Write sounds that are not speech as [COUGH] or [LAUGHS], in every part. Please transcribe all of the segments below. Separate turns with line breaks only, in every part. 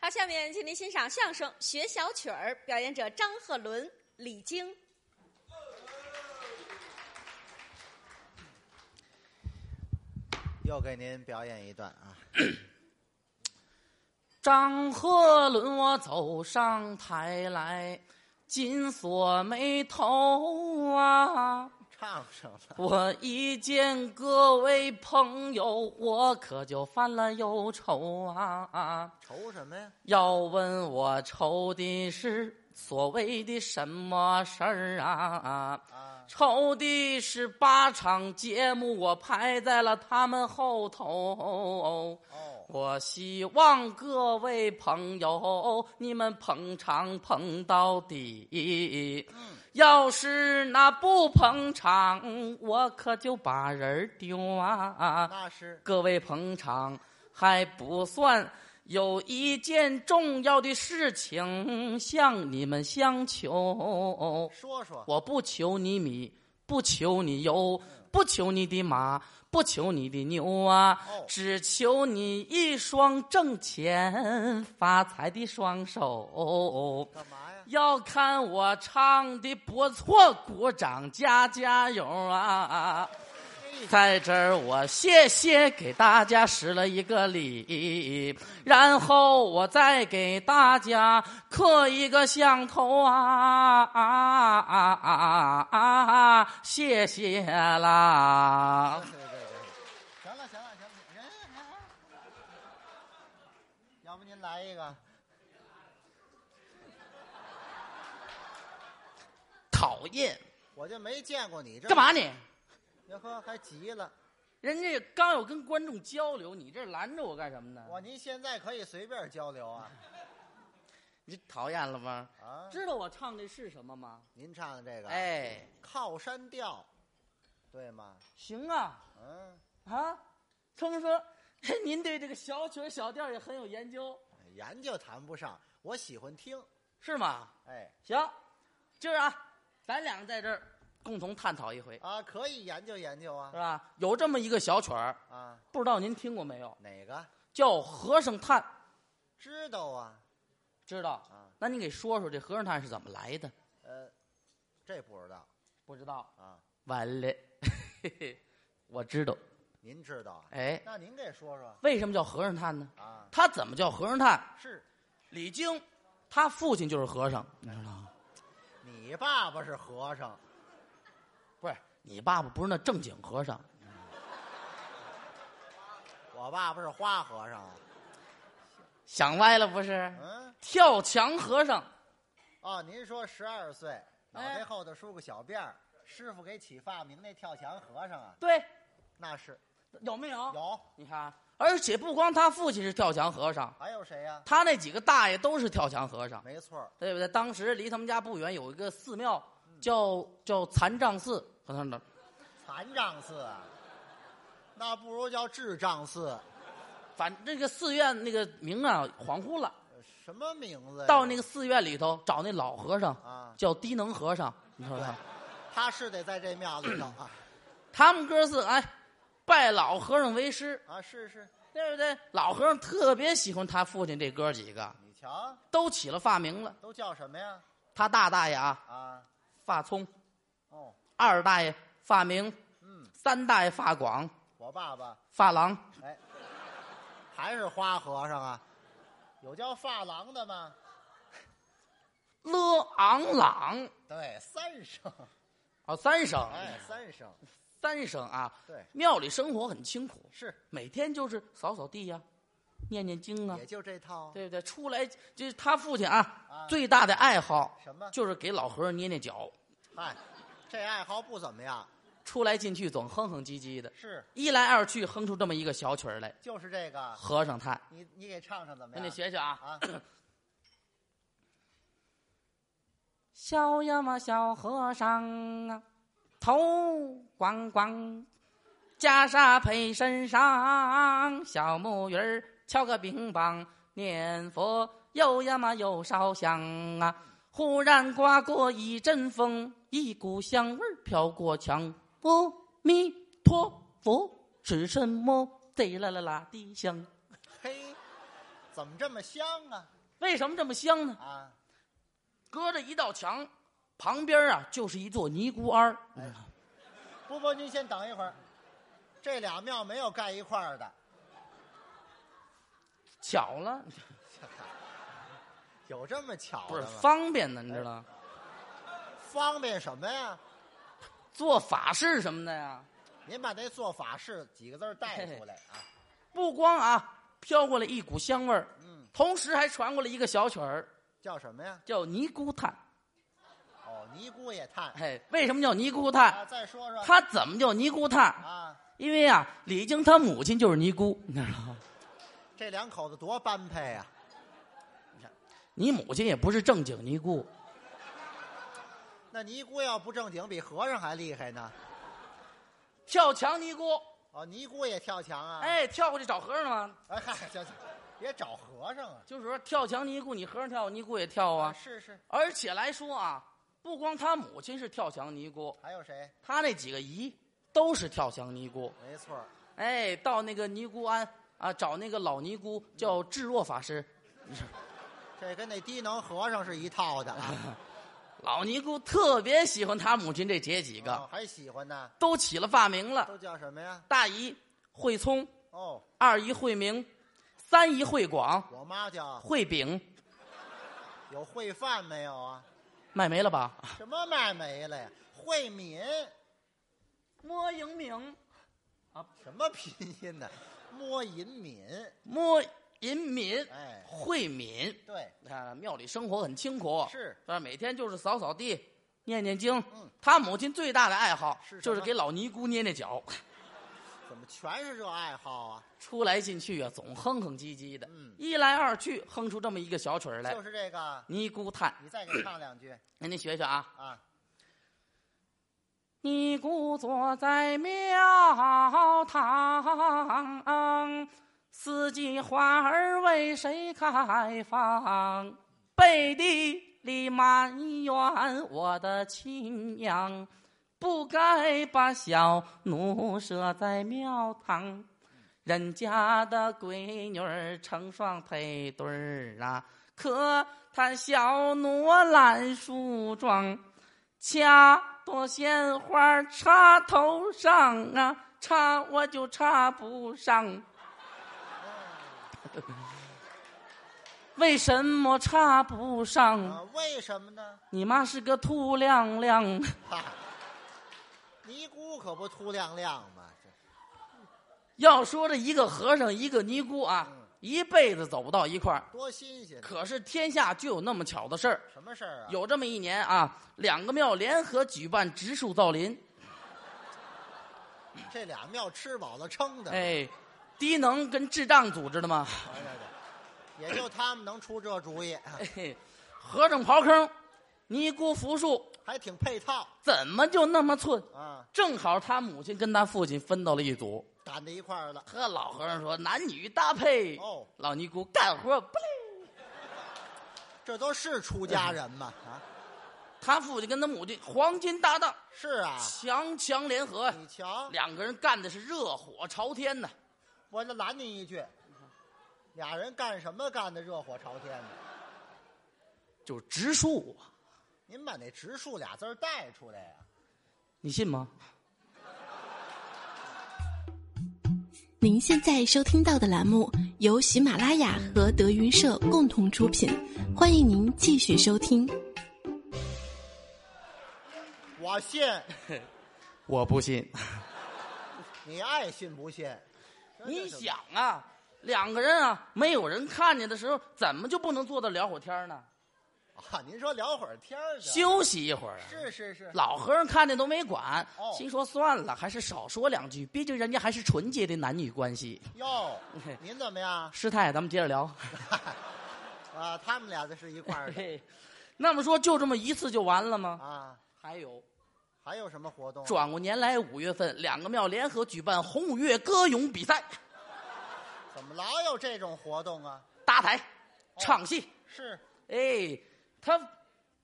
好，下面请您欣赏相声《学小曲儿》，表演者张鹤伦、李菁。
又给您表演一段啊！
张鹤伦，我走上台来，紧锁眉头啊！
唱上了，
我一见各位朋友，我可就犯了忧愁啊！
愁什么呀？
要问我愁的是所谓的什么事儿啊？
啊，
愁的是八场节目我排在了他们后头。
哦，
我希望各位朋友，你们捧场捧到底。要是那不捧场，我可就把人儿丢啊！
那是
各位捧场还不算，有一件重要的事情向你们相求。
说说
我不求你米，不求你油，不求你的马，不求你的牛啊，
哦
只求你一双挣钱发财的双手。
干嘛呀？
要看我唱的不错，鼓掌加加油啊！在这儿，我谢谢给大家施了一个礼，然后我再给大家磕一个响头啊啊啊啊啊啊！谢谢啦
对！对对对，行了行了行了，人人人，要不您来一个？
讨厌，
我就没见过你这
干嘛？你？
哟呵，还急了。
人家刚有跟观众交流，你这拦着我干什么呢？
我您现在可以随便交流啊
你讨厌了吗？
啊！
知道我唱的是什么吗？
您唱的这个，，
哎，
靠山调，对吗？
行啊
嗯，
啊！他们说， [LAUGHS] 嘿您对这个小曲儿小调儿也很有研究，
研究谈不上，我喜欢听。
是吗？
哎
行，今儿啊，咱俩在这儿共同探讨一回，
啊，可以研究研究
是
啊
吧？有这么一个小曲儿，
啊，
不知道您听过没有？
哪个
叫《和尚探》，
知道啊？
知道？
啊，
那你给说说这和尚探是怎么来的？
呃，这不知道
不知道，
啊，
完了， [LAUGHS] 嘿嘿，我知道。
您知道啊？
哎，
那您给说说
为什么叫和尚探呢？
啊？
他怎么叫和尚探？
是
李菁，他父亲就是和尚，你知道吗？
你爸爸是和尚，
不是，你爸爸不是那正经和尚，
我爸爸是花和尚啊。
想歪了不是？
嗯，
跳墙和尚，
哦，您说十二岁，脑
哎
袋后头梳个小辫儿，师傅给起发明那跳墙和尚啊，
对，
那是
有没有？。
有，
你看，而且不光他父亲是跳墙和尚，
还有谁呀、
他那几个大爷都是跳墙和尚，
没错儿，
对不对？当时离他们家不远有一个寺庙，叫叫残障寺，和尚那
残障寺啊，那不如叫智障寺，
反正这个寺院那个名啊恍惚了，
呃什么名字呀？
到那个寺院里头找那老和尚，
啊，
叫低能和尚，你知道吧？
他是得在这庙里头啊
他们哥是哎，拜老和尚为师，
啊，是是，
对不对？老和尚特别喜欢他父亲这哥几个，
你瞧
都起了发名了。
都叫什么呀？
他大大爷啊，
啊，
发聪；
哦，
二大爷发明；
嗯，
三大爷发广，
我爸爸哎
发廊。
还是花和尚啊，有叫发廊的吗？
了昂朗，
对，三声，
哦，三声，
哎，三声，
三声啊。
对，
庙里生活很清苦，
是，
每天就是扫扫地呀、念念经啊
也，就这套
对不对？出来就是他父亲啊，
啊。
最大的爱好
什么？
就是给老和尚捏捏脚，
嗨，这爱好不怎么样，
出来进去总哼哼唧唧的，
是，
一来二去哼出这么一个小曲儿来，《
就是这个，
和尚叹》。
你你给唱唱怎么
那
样？
你学学啊。
啊，
小呀嘛小和尚啊，头光光，袈裟配身上，小木鱼儿敲个冰棒，念佛又呀嘛又烧香啊。忽然刮过一阵风，一股香味儿飘过墙。阿弥陀佛，是什么？贼啦啦啦的香。
嘿，怎么这么香啊？
为什么这么香呢？
啊，
隔着一道墙，旁边啊就是一座尼姑庵儿你知道吗
不不，您先等一会儿，这俩庙没有盖一块儿的， [LAUGHS]
巧了，
有这么巧
不是
的吗？哎
方便呢，你知道吗？
方便什么呀？
做法事什么的呀，
您把那做法事几个字儿带出来啊！
不光啊飘过来一股香味儿，
嗯，
同时还传过来一个小曲儿，
叫什么呀？
叫尼姑叹。
哦，尼姑也叹
哎，为什么叫尼姑叹？
啊！再说说
他怎么叫尼姑叹？
啊，
因为啊，李菁他母亲就是尼姑，你知道吗？
这两口子多般配啊！
你母亲也不是正经尼姑，
那尼姑要不正经，比和尚还厉害呢。
跳墙尼姑，
哦，尼姑也跳墙啊！
哎，跳过去找和尚了吗？
哎嗨，行行，别找和尚啊！
就是说跳墙尼姑，你和尚跳，尼姑也跳啊。
是是，
而且来说啊，不光他母亲是跳墙尼姑，
还有谁？
他那几个姨都是跳墙尼姑。
没错儿，
哎，到那个尼姑庵啊，找那个老尼姑叫智若法师，
这跟那低能和尚是一套的
[LAUGHS]
啊！
老尼姑特别喜欢他母亲这姐几个，
哦还喜欢呢，
都起了发名了。
都叫什么呀？
大姨慧聪，
哦，
二姨慧明，三姨慧广，
我妈叫
慧炳，
有烩饭没有啊？
卖没了吧？
什么卖没了呀？惠民
莫迎明，
什么拼音呢？ [LAUGHS] 摸银敏，
莫银敏，
哎，
慧敏。
对，
看庙里生活很清苦，
是
但是每天就是扫扫地、念念经。
嗯
他母亲最大的爱好
是什么
就是给老尼姑捏捏脚，
怎么全是这爱好啊？
出来进去啊，总哼哼唧唧的。
嗯
一来二去，哼出这么一个小曲儿来。
就是这个，
尼姑叹，
你再给唱两句
那您学学啊。
啊！
尼姑坐在庙堂，四季花儿为谁开放？背地里埋怨我的亲娘，不该把小奴舍在庙堂。人家的闺女儿成双配对儿啊，可叹小奴懒梳妆。掐朵鲜花插头上啊，插我就插不上。为什么插不上？
啊，为什么呢？
你妈是个兔亮亮，
哈、尼姑可不秃亮亮嘛，这
要说这一个和尚一个尼姑啊，
嗯
一辈子走不到一块儿。
多新鲜！
可是天下就有那么巧的事儿，
什么事儿啊？
有这么一年啊，两个庙联合举办植树造林，
这俩庙吃饱了撑的，
哎，低能跟智障组织的嘛。
哎对对也就他们能出这主意，
嘿，哎和尚刨坑，尼姑扶树，
还挺配套
怎么就那么寸？
啊，
正好他母亲跟他父亲分到了一组。
赶到一块儿了。
和老和尚说男女搭配。
哦
老尼姑干活不累。
这都是出家人嘛？啊，
他父亲跟他母亲黄金搭档，
是啊，
强强联合，哎
你瞧，
两个人干的是热火朝天呐。
我就拦您一句，俩人干什么干的热火朝天呢？
就是植树啊，
您把那“植树”俩字儿带出来呀、
你信吗？
您现在收听到的栏目由喜马拉雅和德云社共同出品，欢迎您继续收听。
我信，
我不信。
你爱信不信？
你想啊，两个人啊，没有人看见的时候，怎么就不能坐到聊会儿天呢？
啊，您说聊会儿天儿去，
休息一会儿啊。
是是是，
老和尚看见都没管，
哦
心说算了，还是少说两句，毕竟人家还是纯洁的男女关系。
哟，您怎么样？ [LAUGHS]
师太，咱们接着聊。
啊，他们俩的是一块儿的
嘿那么说，就这么一次就完了吗？
啊，
还有，
还有什么活动？啊
转过年来五月份，两个庙联合举办红五岳歌咏比赛，
怎么老有这种活动啊？
搭台、唱戏。
是，
哎，他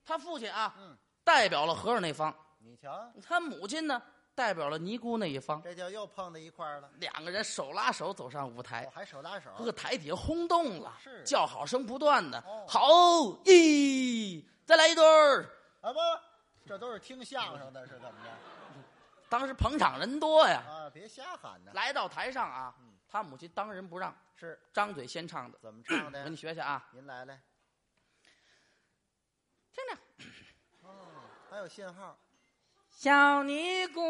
他父亲啊，
嗯，
代表了和尚那方，
你瞧，
他母亲呢，代表了尼姑那一方，
这就又碰到一块儿了。
两个人手拉手走上舞
我
台，
还手拉手，
这个台底下轰动了，
是
叫好声不断的。
哦
好，一，再来一对儿。
啊不，这都是听相声的，是怎么着？
当时捧场人多呀，
啊，别瞎喊呐！
来到台上啊，
嗯
他母亲当仁不让，
是
张嘴先唱的。
怎么唱的
我给 [COUGHS] 你
呀？
学学啊，
您来来，
听着。
哦，还有信号，
小尼姑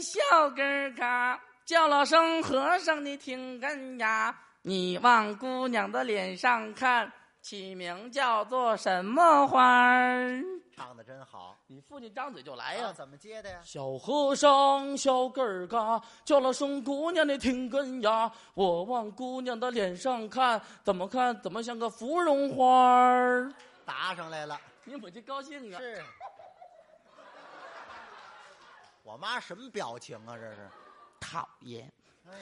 笑根儿嘎，叫老生和尚你听根呀，你往姑娘的脸上看，起名叫做什么花儿？
唱的真好。
你父亲张嘴就来
哎
呀、
怎么接的呀？
啊小和尚笑根儿嘎，叫了声姑娘你听根呀。我往姑娘的脸上看，怎么看怎么像个芙蓉花儿。
答上来了，
你母亲高兴啊！
是。我妈什么表情啊？这是，
讨厌。
哎呦，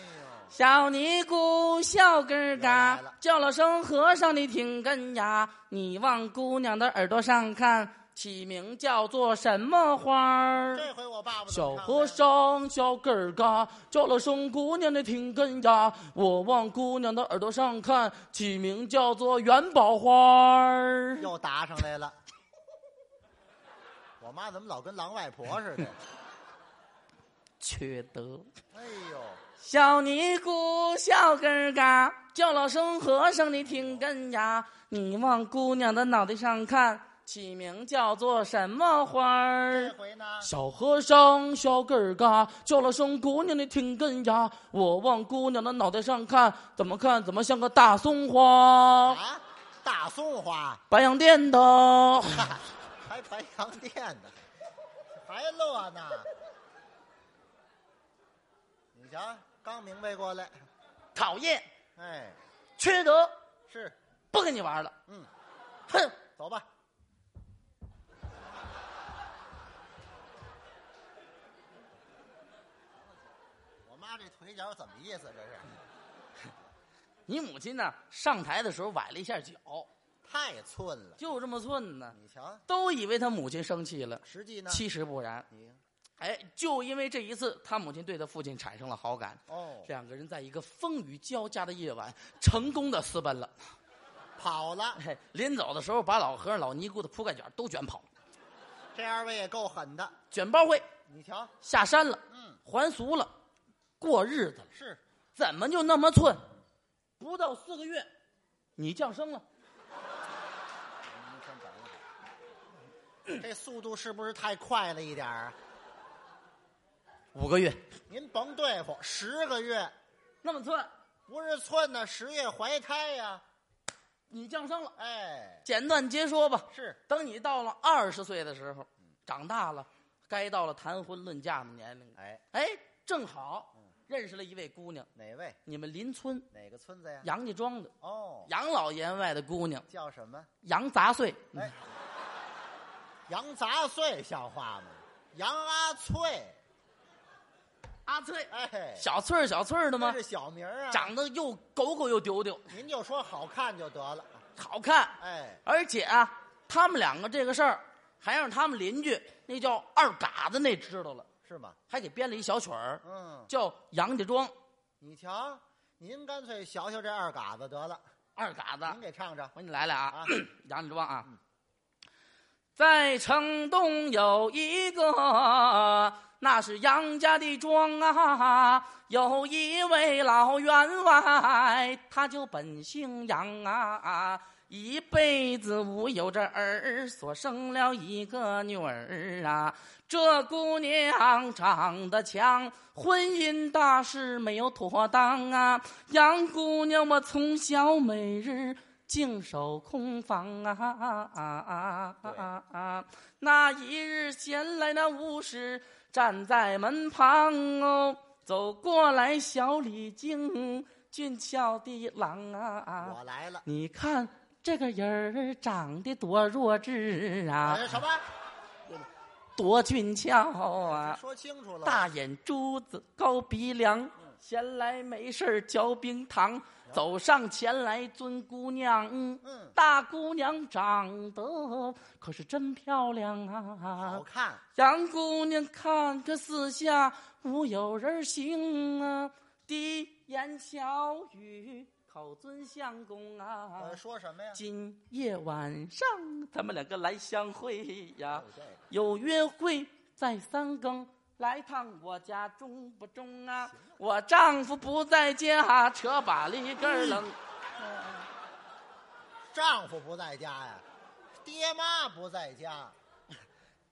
小尼姑笑根儿
又来
嘎
了，
叫了声和尚你挺根呀。你往姑娘的耳朵上看，起名叫做什么花儿？
这回我爸爸怎
小
么唱的
和尚笑根儿嘎，叫了声姑娘的挺根呀。我往姑娘的耳朵上看，起名叫做元宝花儿。
又答上来了。我妈怎么老跟狼外婆似
[LAUGHS]
的？
缺德。
哎呦，
小尼姑笑根儿嘎，叫老生和尚你听根呀。你往姑娘的脑袋上看，起名叫做什么花
这
儿？
回呢？
小和尚笑根儿嘎，叫了声姑娘你听根呀。我往姑娘的脑袋上看，怎么看怎么像个大松花。
啊，大松花
白洋淀的，
[LAUGHS] 还白洋淀呢，还乐呢。你瞧，刚明白过来，
讨厌，
哎，
缺德，
是，
不跟你玩了。
嗯，
哼，
走吧。我妈这腿脚怎么意思？这是
你母亲呢？上台的时候崴了一下脚，
太寸了。
就这么寸呢。
你瞧，
都以为他母亲生气了，
实际呢？
其实不然。
你
哎，就因为这一次，他母亲对他父亲产生了好感，
哦，
两个人在一个风雨交加的夜晚，成功的私奔了。
跑了，
哎，临走的时候，把老和尚、老尼姑的铺盖卷都卷跑了，
这二位也够狠的。
卷包会
你瞧，
下山了，
嗯，
还俗了，过日子了，
是
怎么就那么寸？不到四个月，你降生了。
您先等一会儿，这速度是不是太快了一点儿啊？
五个月，
您甭对付，十个月
那么寸，
不是寸呢，十月怀胎呀、
你降生了。
哎，
简短截说吧，
是
等你到了二十岁的时候，长大了，该到了谈婚论嫁的年龄了。
哎，
哎，正好认识了一位姑娘，
哪位
你们邻村
哪个村子呀？
杨家庄的
哦，
杨老员外的姑娘
叫什么？
杨杂碎。
哎，杨杂碎，像话吗？杨阿翠，
阿翠，
哎，
小翠儿小翠儿的
这
吗
是？小名儿啊。
长得又狗狗又丢丢，
您就说好看就得了。
好看。
哎，
而且啊，他们两个这个事儿，还让他们邻居那叫二嘎子那知道了，
是吗？
还给编了一小曲儿，
嗯，
叫《杨家庄》。
你瞧，您干脆学学这二嘎子得了，
二嘎子，
您给唱唱。
我给你来来啊
啊，
杨家庄啊，在城东有一个，那是杨家的庄啊，有一位老员外，他就本姓杨啊。一辈子无有这儿，所生了一个女儿啊。这姑娘啊长得强，婚姻大事没有妥当啊。杨姑娘我从小每日净守空房啊啊啊啊啊啊！那一日闲来那巫师站在门旁哦，走过来小李靖，俊俏的郎啊啊！
我来了。
你看这个人儿长得多弱智啊，
哎，什么？
多俊俏啊！
说清楚了。
大眼珠子，高鼻梁，闲来没事儿嚼冰糖，走上前来尊姑娘，
哎嗯
大姑娘长得可是真漂亮啊
好！看，
杨姑娘看看四下无有人行啊，低言巧语口尊相公啊。
呃，说什么呀？
今夜晚上咱们两个来相会呀
哦有，这个
有约会在三更，来趟我家中不中啊？我丈夫不在家，扯把立根儿冷。
丈夫不在家呀，爹妈不在家，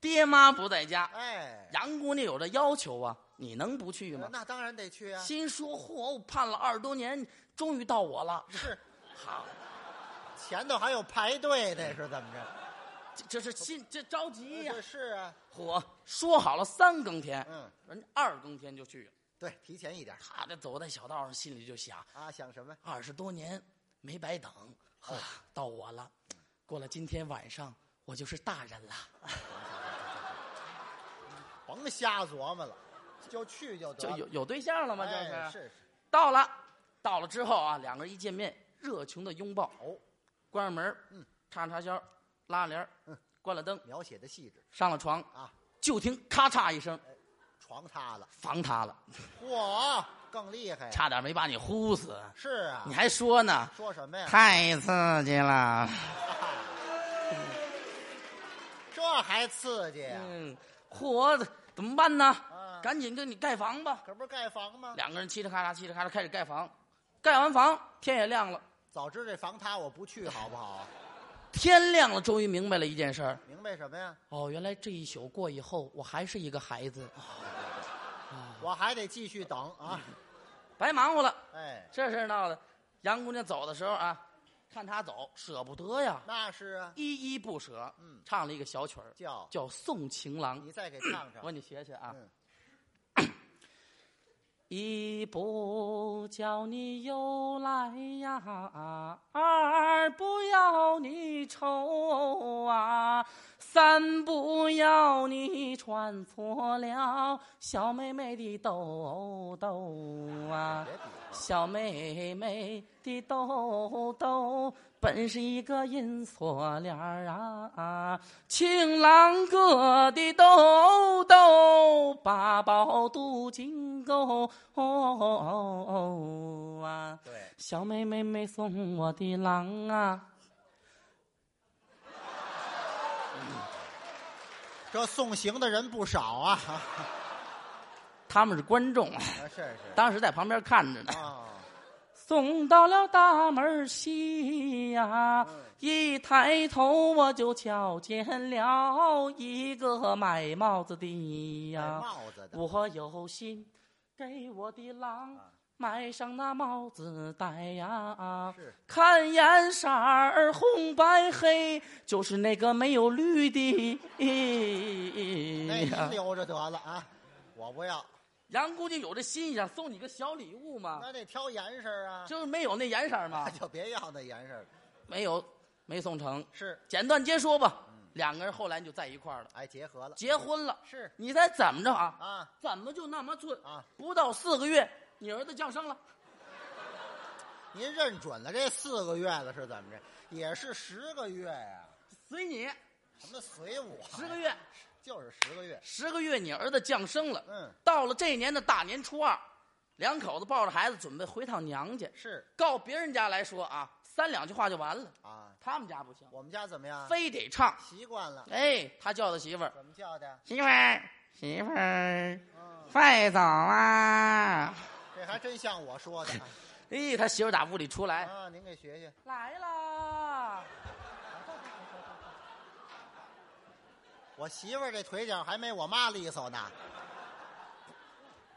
爹妈不在家，
哎，
杨姑娘有这要求啊，你能不去吗？
那当然得去啊。
心说嚯，盼了二十多年，终于到我了。
是，
好，
前头还有排队的，是怎么着？
这这是心这着急嗯哎呀、
这是啊，
嚯，说好了三更天，
嗯，
人家二更天就去了。
对，提前一点
他这走在小道上，心里就想：
啊。想什么？
二十多年没白等，哈、到我了。过了今天晚上，我就是大人了。
甭瞎琢磨了，就去就得
就
了。
有有对象了吗？这
哎，是是，
啊到了，到了之后啊，两个人一见面，热情的拥抱，
哦，
关上门，
嗯，
插上插销，拉帘儿
嗯，
关了灯，
描写的细致
上了床，
啊。
就听咔嚓一声，
床塌了，
房塌了，
嚯，更厉害。
差点没把你呼死。
是啊
你，还说呢？
说什么呀？
太刺激了。
这还刺激呀？
嗯，嚯，怎么办呢？
啊
赶紧给你盖房吧。
可不是盖房吗？
两个人嘁哩咔嚓嘁哩咔嚓开始盖房，盖完房天也亮了，
早知这房塌我不去，好不好？
天亮了终于明白了一件事儿，
明白什么呀？
哦，原来这一宿过以后我还是一个孩子，啊
我还得继续等啊。
白忙活了。
哎，
这事儿闹的，杨姑娘走的时候啊，看她走舍不得呀，
那是啊，
依依不舍，
嗯
唱了一个小曲儿
叫
叫《送情郎》，
你再给唱
我
唱。
给你学学啊。
嗯
[COUGHS] 一不叫你又来呀，二不要你愁啊，三不要你穿错了小妹妹的兜兜啊
别。比
小妹妹的兜兜本是一个银锁链儿啊，情郎哥的兜兜八宝镀金钩、啊，
对，
小妹妹妹送我的郎啊，
这送行的人不少
[LAUGHS]
啊。
他们是观众，
啊是是
当时在旁边看着呢。
啊，
送到了大门儿西呀、
嗯
一抬头我就瞧见了一个卖帽子的
戴
呀、
帽子的
我有心给我的郎
啊
买上那帽子戴呀、
是
看颜色儿红白黑，就是那个没有绿的。
那您留着得了啊，我不要。
啊杨姑娘有这心想送你个小礼物嘛，
那得挑颜色啊，
就是没有那颜色嘛
[LAUGHS] 那，就别要那颜色了。
没有，没送成。
是，
简短截说吧，两个人后来就在一块儿了，
哎，结合了。
结婚了。
是
你猜怎么着啊？
啊，
怎么就那么寸
啊？
不到四个月，你儿子降生了。
您认准了这四个月了是怎么着？也是十个月呀、
随你，
什么随我呀？
十个月，
就是十个月。
十个月，你儿子降生了。
嗯，
到了这年的大年初二，两口子抱着孩子准备回趟娘家。
是
告别人家来说啊，三两句话就完了。
啊，
他们家不行，
我们家怎么样？
非得唱。
习惯了，
哎，他叫他媳妇儿，
怎么叫的？
媳妇儿，媳妇儿，
嗯，
快走啊！
这还真像我说的
哎，他媳妇儿打屋里出来，
啊！您给学学，
来啦！
我媳妇儿这腿脚还没我妈利索呢。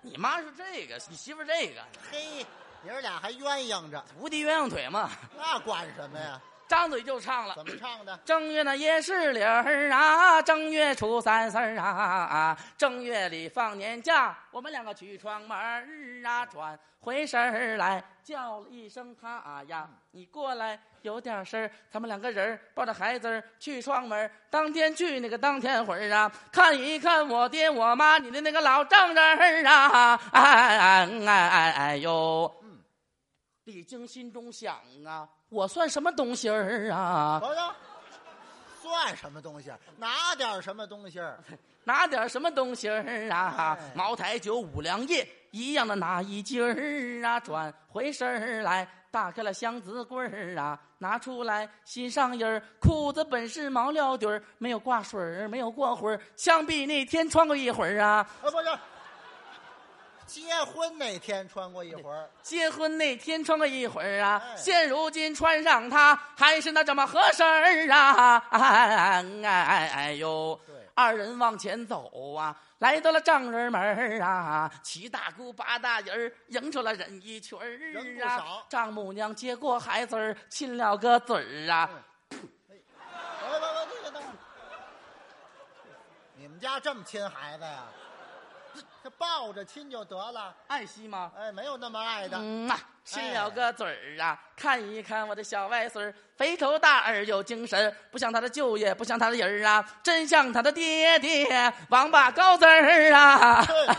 你妈是这个，你媳妇儿这个，
嘿，爷儿俩还鸳鸯着，
无敌鸳鸯腿嘛，
那管什么呀？
张嘴就唱了。
怎么唱的？
正月那夜市里儿啊，正月初三四儿啊，正月里放年假，我们两个去串门儿啊，转回神儿来，叫了一声他、呀，啊你过来有点事儿，咱们两个人儿抱着孩子儿去串门儿当天去那个当天回儿啊，看一看我爹我妈你的那个老丈人儿啊，哎哎哎哎哎呦，李菁心中想啊，我算什么东西儿啊？
等等，算什么东西儿？拿点儿什么东西儿？
拿点什么东西儿啊
哎？
茅台酒五粮液一样的那一斤儿啊？转回身儿来，打开了箱子柜儿啊，拿出来新上衣儿，裤子本是毛料底儿，没有挂水儿，没有过会儿，枪毙那天穿过一会儿啊，
啊，不是，结婚那天穿过一回儿，
结婚那天穿过一会儿啊，
哎
现如今穿上它还是那这么合身儿啊！哎哎哎哎呦
对！
二人往前走啊，来到了丈人门儿啊，七大姑八大姨儿迎出了人一群
人不
儿啊
少。
丈母娘接过孩子儿，亲了个嘴儿啊。
哎不不不，这个等会儿你们家这么亲孩子呀？这抱着亲就得了，
爱惜吗？
哎，没有那么爱的。
嗯呐，亲了个嘴儿啊！看一看我的小外孙儿，肥头大耳有精神，不像他的舅爷，不像他的人儿啊，真像他的爹爹，王八羔子儿啊！
对对对